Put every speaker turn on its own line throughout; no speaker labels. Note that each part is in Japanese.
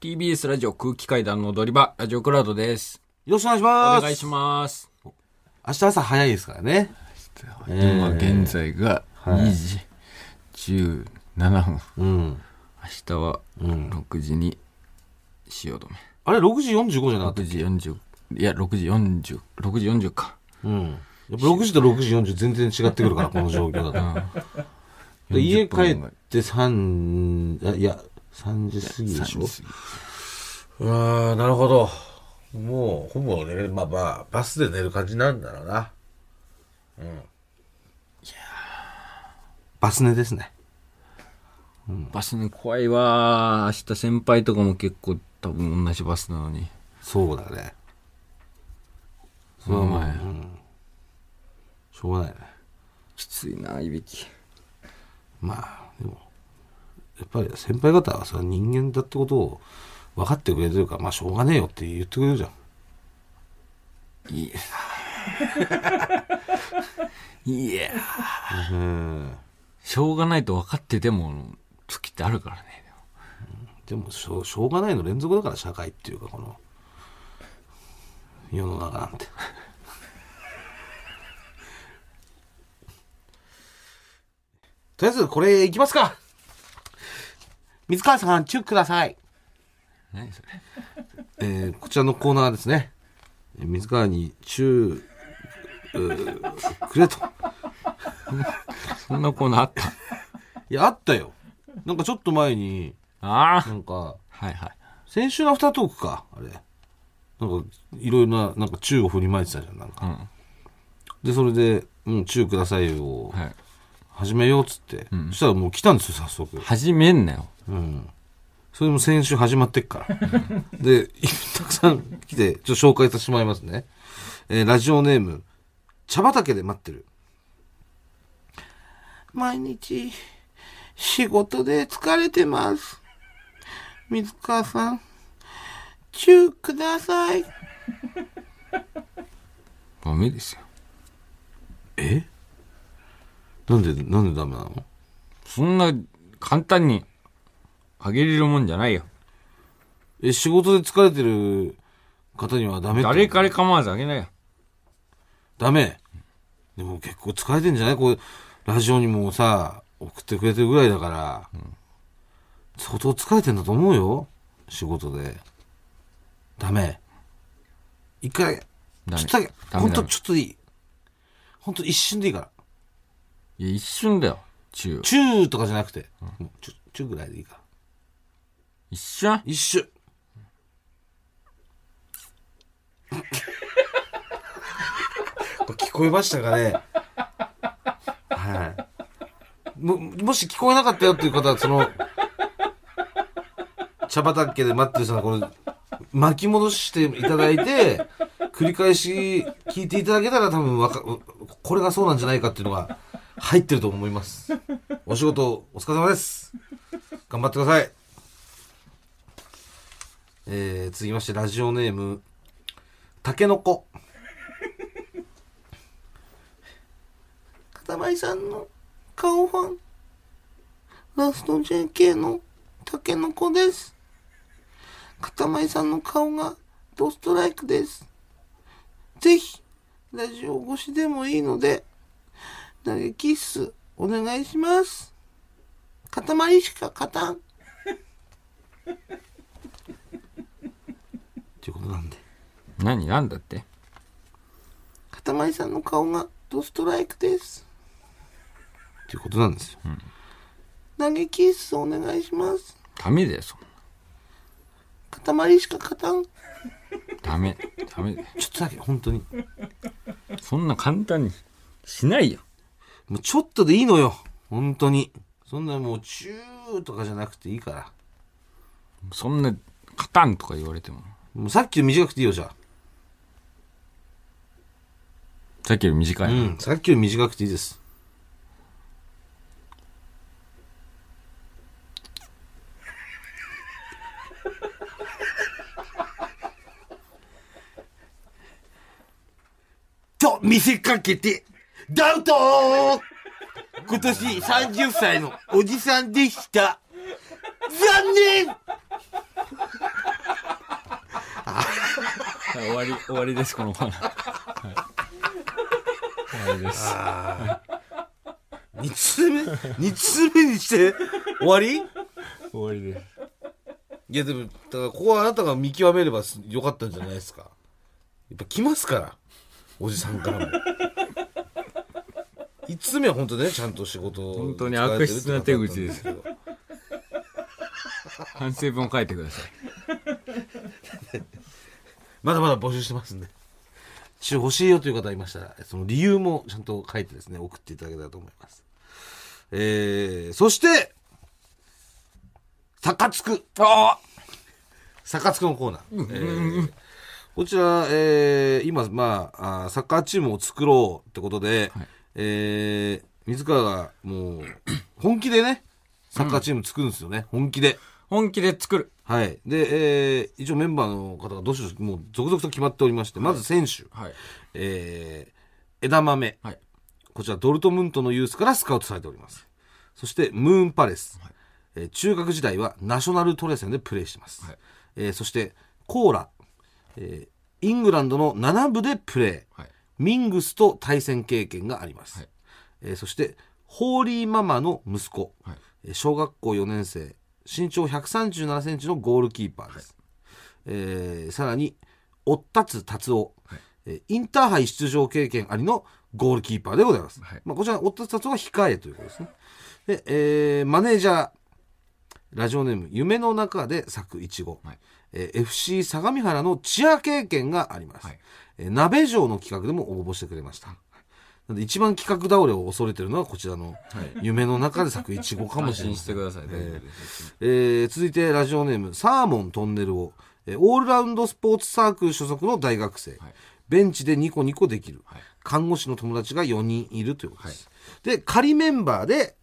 TBS ラジオ空気階段の踊り場、ラジオクラウドです。
よろしくお願いし
お
ます。
願いします。
明日朝早いですからね。えー
今現在が2時17分、
うん。
明日は6時に汐留。
あれ、6時45じゃなかった
6時40、いや、6時40、6時40か。
うん。やっぱ6時と6時40全然違ってく るから、この状況だと。で家帰って3、あいや、3時過ぎでしょ
3時過
ああ、なるほど。もう、ほぼ寝れる。まあまあ、バスで寝る感じなんだろうな。
バス寝ですね。
バスね、怖いわー。明日先輩とかも結構多分同じバスなのに。
そうだね。
その前、
しょうがないね。
きついな、いびき。
まあ、でも、やっぱり先輩方はそれは人間だってことを分かってくれてるから、まあしょうがねえよって言ってくれるじゃん。
いやい や
うん。
しょうがないと分かってても、月ってあるからね。
でもしょうしょうがないの連続だから社会っていうかこの世の中なん てとりあえずこれいきますか水川さんチューください、
何それ
えーこちらのコーナーですねえー水川にチューうーくれと
そんなコーナーあった
いやあったよなんかちょっと前に
ああ
なんか
はいはい。
先週のアフタートークかあれなんかいろいろななんかチューを振りまいてたじゃんなんか
うん。
でそれで「うんチューください」を
はい。
始めようっつって、そしたらもう来たんですよ早速
始めんなよ。
うんそれも先週始まってっ からでたくさん来てちょっと紹介させてもらいますね、えーラジオネーム茶畑で待ってる毎日仕事で疲れてます水川さんチューください
ダメですよ。
えなんでなんでダメなの
そんな簡単にあげれるもんじゃないよ。
え、仕事で疲れてる方にはダメってこと
誰彼構わずあげないよ。
ダメ。でも結構疲れてんじゃないこう、ラジオにもさ、送ってくれてるぐらいだから、相当疲れてんだと思うよ。仕事で。ダメ。一回だ
ダメ
け、ちょっとだけ、
ダ
ほ
メ
ん
ダ
と
メ
ちょっとでいい。ほんと一瞬でいいから。
いや、一瞬だよ。中。
チューとかじゃなくて、もうチュチューぐらいでいいから。
一瞬
一瞬。これ聞こえましたかねはい。も、もし聞こえなかったよっていう方は、その、茶畑で待ってる人は、これ、巻き戻していただいて、繰り返し聞いていただけたら多分わか、これがそうなんじゃないかっていうのが入ってると思います。お仕事お疲れ様です。頑張ってください。えー、続きましてラジオネームたけのこ片前さんの顔ファンラスト JK のたけのこです片前さんの顔がドストライクですぜひラジオ越しでもいいので投げキッスお願いします片前しか勝たんということなんで
何なんだって
かたまりさんの顔がドストライクです。っていうことなんですよ。投げキッスお願いします。
ダメだよ、そんな。
かたまりしか勝たん。ちょ
ダメ。ダメだよ。
っとだけ、本当に。
そんな簡単にしないよ。
もうちょっとでいいのよ。本当に。そんなもう、チューとかじゃなくていいから。
そんな、カタンとか言われても。
もうさっきより短くていいよ、じゃ
さっきより
あ。
短
う
い。
ん、さっきより短くていいです。と見せかけて、ダウト今年30歳のおじさんでした。残念
はい終わり、終わりです、このコーナー。はい。終わりです。
二通目二通目にして終わり
終わりです。
いやでも、だからここはあなたが見極めればすよかったんじゃないですか。やっぱ来ますから、おじさんからも。一つ目は本当ね、ちゃんと仕事を。
本当に悪質な手口ですよ。反省文を書いてください。
まだまだ募集してますんで。中欲しいよという方いましたら、その理由もちゃんと書いてですね、送っていただけたらと思います。えー、そして、サカツク。あサカツクのコーナー。えーこちら、えー、今、まああー、サッカーチームを作ろうってことで、えー、水川がもう、 本気でね、サッカーチーム作るんですよね、本気で。
本気で作る。
はい。で、えー、一応メンバーの方がどうしよう、もう続々と決まっておりまして、まず選手、
はい。
えー、枝豆、
はい。
こちらドルトムントのユースからスカウトされております。そして、ムーンパレス、えー中学時代はナショナルトレセンでプレーしてます。
はい
えーそして、コーラ、えーイングランドの7部でプレー。
はい。
ミングスと対戦経験があります、
はい
えーそしてホーリーママの息子、
はい
えー小学校4年生身長1 3 7センチのゴールキーパーです、えーさらにおったつ達夫、えーインターハイ出場経験ありのゴールキーパーでございます、
はい
まあ、こちらおったつ達夫は控えということですねで、えーマネージャーラジオネーム夢の中で咲くいちご
はい
えー FC 相模原のチア経験があります、
はい
えー鍋城の企画でも応募してくれましたなので一番企画倒れを恐れてるのはこちらの夢の中で咲くいちごかも
安
しれ
心
ません
してください。大丈夫です。
えー続いてラジオネームサーモントンネルを、えーオールラウンドスポーツサークル所属の大学生、
い
ベンチでニコニコできる、
い
看護師の友達が4人いるということです、で仮メンバーで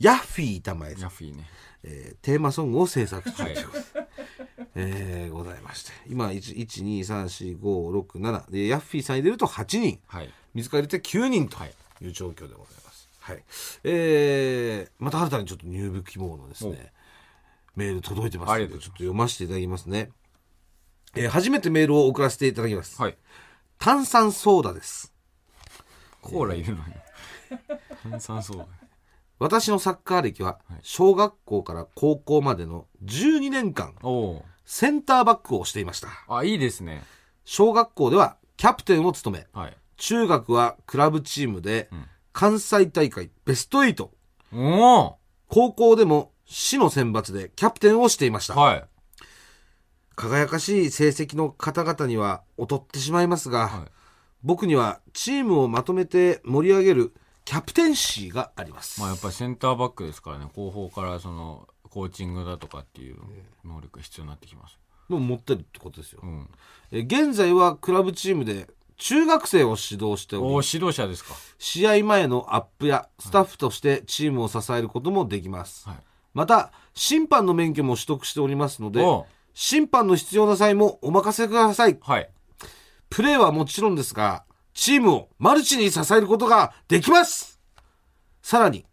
ヤッフィー板前さ
ヤ
ん、
フィーね。
えーテーマソングを制作中
はい。
えーございまして今1234567でヤッフィーさん入れると8人
はい。
水川入れて9人という状況でございます、はいえーまた新たにちょっと入部希望のですねメール届いてます
あり
の
が
で
と
ち
う
ょっ
ご
と読ませていただきますね、えー初めてメールを送らせていただきます、
はい。
炭酸ソーダです
コーラいるのよ。炭酸そう。
私のサッカー歴は
はい
小学校から高校までの12年間
お
センターバックをしていました
お。あ、いいですね。
小学校ではキャプテンを務め
はい。
中学はクラブチームで関西大会ベスト8
お
高校でも市の選抜でキャプテンをしていまし
お
た、
はい。
輝かしい成績の方々には劣ってしまいますが、
はい
僕にはチームをまとめて盛り上げるキャプテンシーがあります、
まあやっぱりセンターバックですからね、後方からその、コーチングだとかっていう能力が必要になってきます。
もう持ってるってことですよ、
うん。
え現在はクラブチームで中学生を指導しており
おお指導者ですか。
試合前のアップやスタッフとしてチームを支えることもできます、
はい。
また審判の免許も取得しておりますので
おう
審判の必要な際もお任せください
はい。
プレーはもちろんですがチームをマルチに支えることができますさらに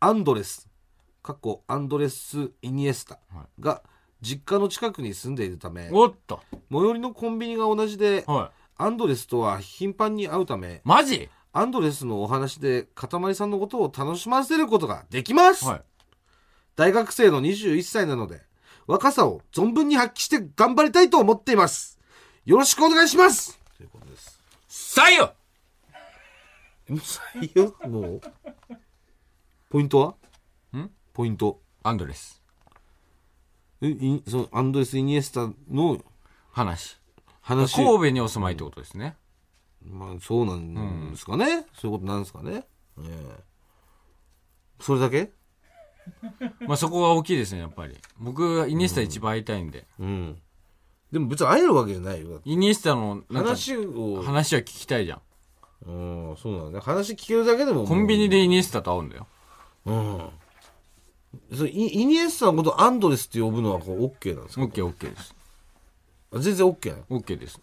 アンドレス過去アンドレス・イニエスタが実家の近くに住んでいるため最
おっと。
寄りのコンビニが同じで
は
アンドレスとは頻繁に会うため
い。マジ
アンドレスのお話でかたまりさんのことを楽しませることができます、
はい。
大学生の21歳なので、若さを存分に発揮して頑張りたいと思っています。よろしくお願いしますということです。
採用
採用もうポイントは
ん
ポイント。
アンドレス。
えいそのアンドレス・イニエスタの
話。
話。
神戸にお住まいってことですね。
まあ、そうなんですかね、そういうことなんですかね、ええそれだけ
まあそこが大きいですね、やっぱり。僕、イニエスタ一番会いたいんで。
うん。でも別に会えるわけじゃないよ。だって
イニエスタの、なんか、
話を、
話は聞きたいじゃん。
うん、そうなんだね。話聞けるだけでももう
コンビニでイニエスタと会うんだよ。
うん。それイイニエスタのことをアンドレスって呼ぶのはこう OK なんですか
オッケーオッケーです。
あ全然 OK なの
オッケーです。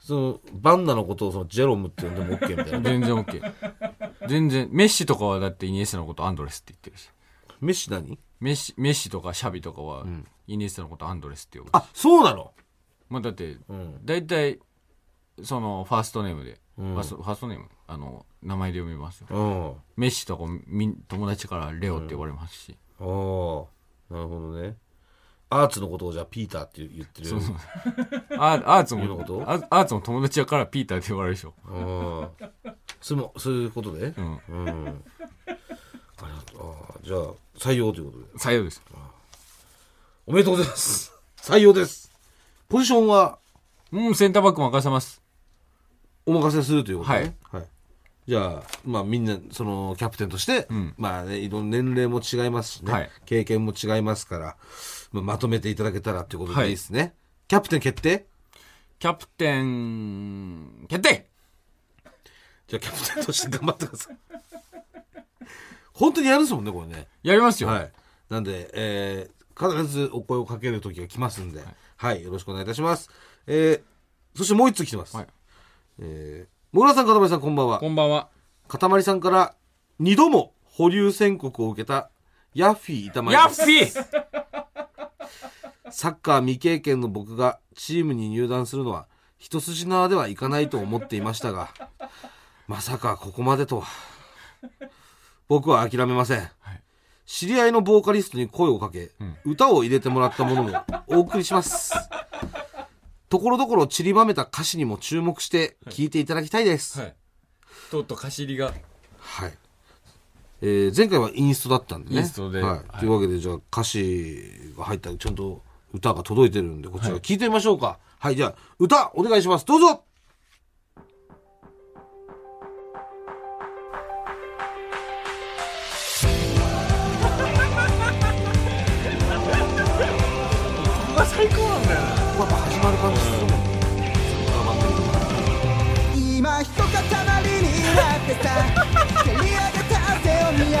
そのバンナのことをそのジェロムって呼んでも OK みたいな。
全然オッケー。全然、メッシとかはだってイニエスタのことアンドレスって言ってるし。
メッシ何
メッシ、メッシとかシャビとかは、イニエスタのことアンドレスって呼ぶ。
あ、そうなの
まあだって
ん、
大体、そのファーストネームで、
ん
ファーストファーストネームあの名前で読みますよ
うん。あ
メッシとかみん友達からレオって呼ばれますし、
あー、なるほどね。アーツのことをじゃあピーターって言ってる。
そうそうアーアーツ
いう
も
こと
アーアーツも友達やからピーターって呼ばれるでしょ、
ああ。それも、そういうことで。
うん、
うん。ありがとう。ああ、じゃあ、採用ということで。
採用です
おめでとうございます。採用です。ポジションは
うんセンターバック任せます
お任せするということね。はい。じゃあ、まあみんな、その、キャプテンとして、
ん
まあね、いろんな年齢も違いますしね、
はい
経験も違いますから、まあ、まとめていただけたらということ
はい
でいいですね。キャプテン決定
キャプテン決定
じゃあキャプテンとして頑張ってください。本当にやるんですもんね、これね。
やりますよ、
はい。なんで、えー必ずお声をかける時が来ますんで、はい、よろしくお願いいたします。えーそしてもう一つ来てます。
はい
えー、もぐらさん、かたまりさん、こんばんは
こ。んばんは
かたまりさんから二度も保留宣告を受けたヤッフィー板前
ヤッ
で
フ
す
ィー
サッカー未経験の僕がチームに入団するのは一筋縄ではいかないと思っていましたが、 まさかここまでとは。僕は諦めません。知り合いのボーカリストに声をかけ、歌を入れてもらったものもお送り します。ところどころ散りばめた歌詞にも注目して聴いていただきたいです。
はいとうとう貸し入りが
はい。えー前回はインストだったんでね。
インストで
は。
はい
というわけで、じゃあ歌詞が入った、ちゃんと歌が届いてるんで、こちら聞いてみましょうか。はい、じゃあ、歌、お願いします。どうぞここが最高なんだよな。やっぱ始まる感じするもん。
今一塊になってさ蹴り上げた汗を見上げよ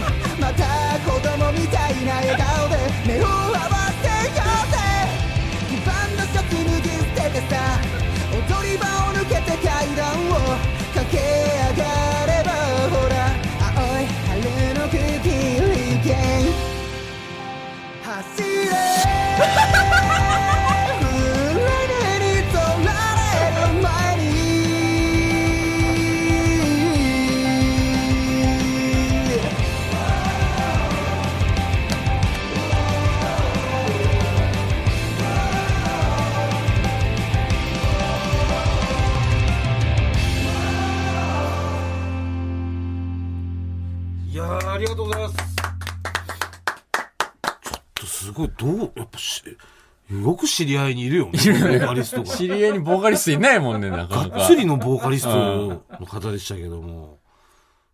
うまた子供みたいな笑顔で目を合わせようぜ基盤のシャツ脱ぎ捨ててさ踊り場を抜けて階段を駆け上がればほら青い春の空気リケン走れ「風にとられる前に」
いやーありがとうございますちょっとすごいどうやっぱしよく知り合いにいるよねボーカリストが
知り合いにボーカリストいないもんねなかな
が
か
っつりのボーカリストの方でしたけども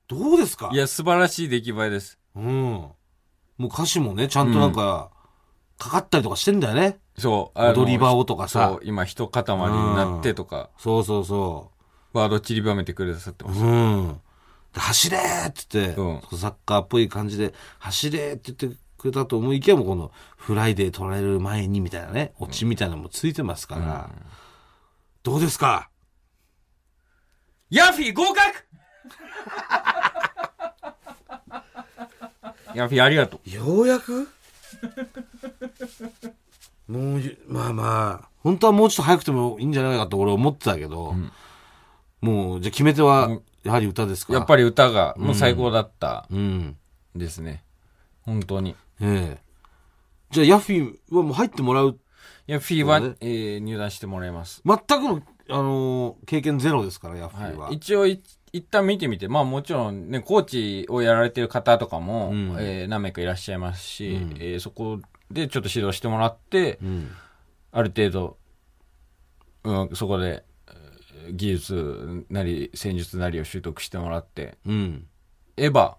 どうですか
いや素晴らしい出来栄えです
うんもう歌詞もねちゃんとなんか、かかったりとかしてんだよね
そうあの
踊り場をとか
そ
さ
う今一塊になってとか
そうそうそ
ワード散りばめてくださってま
う
す
うんで走れーって言って、
う
サッカーっぽい感じで走れーって言ってくれたと思いきやもうこのフライデー取られる前にみたいなねオチみたいなのもついてますから、どうですか
ヤッフィー合格 ヤッフィーありがとう
ようやく もうゆまあまあ本当はもうちょっと早くてもいいんじゃないかと俺思ってたけど、もうじゃあ決め手はやはり歌ですか
やっぱり歌がもう最高だった
りうん
ですね、本当に
ええじゃあヤフィーはもう入ってもらう
ヤッフィーは、
そうね
えー入団してもらいます、
全くの、あのー経験ゼロですからヤフィーは、
はい、一応い一旦見てみてまあもちろんねコーチをやられてる方とかも、
うん
えー何名かいらっしゃいますし、
うん
えーそこでちょっと指導してもらって、
うん
ある程度、うん、そこでえー技術なり戦術なりを習得してもらって
うん
エば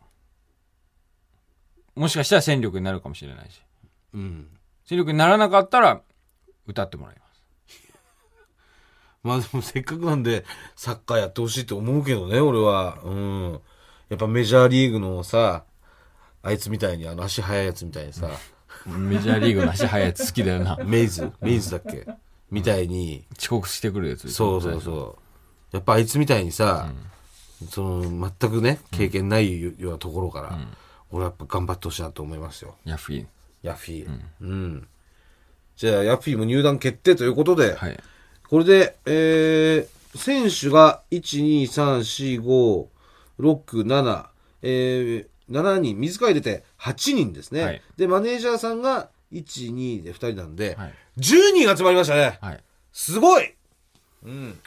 もしかしたら戦力になるかもしれないし
うん
戦力にならなかったら歌ってもらいます
まあでもせっかくなんでサッカーやってほしいと思うけどね、俺は。うん。やっぱメジャーリーグのさ、あいつみたいに、あの足速いやつみたいにさ、
メジャーリーグの足早いやつ好きだよ な
メイズ、メイズだっけみたいに、
遅刻してくるやつ
そうそう
う
そう。やっぱあいつみたいにさ、その、全くね、経験ないようなところから、俺はやっぱ頑張ってほしいなと思いますよ。
ヤッフィー
ヤッフィー。うん。じゃあ、ヤッフィーも入団決定ということで、
はい
ここれで、えー、選手が1234567えー、7人水川入れて8人ですね、
はい
でマネージャーさんが12で2人なんで、
はい
10人集まりましたね
はい
すごいうん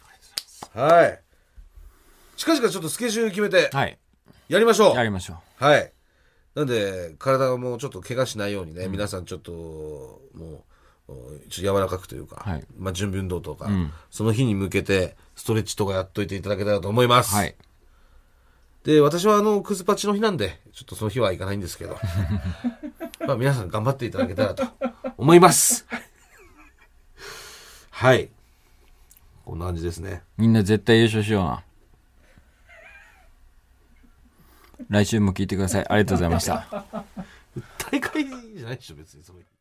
はい近々ちょっとスケジュール決めて
はい
やりましょう、
やりましょう
はい。なんで、体がもうちょっと怪我しないようにね、皆さんちょっと、もう、おちょっと柔らかくというか、
はい
まあ準備運動とか、
ん
その日に向けて、ストレッチとかやっといていただけたらと思います。
はい
で、私はあの、クズパチの日なんで、ちょっとその日は行かないんですけ ど、まあ皆さん頑張っていただけたらと思います。はい。こんな感じですね。
みんな絶対優勝しような来週も聞いてくださいありがとうございました
大会じゃないでしょ、別にその日。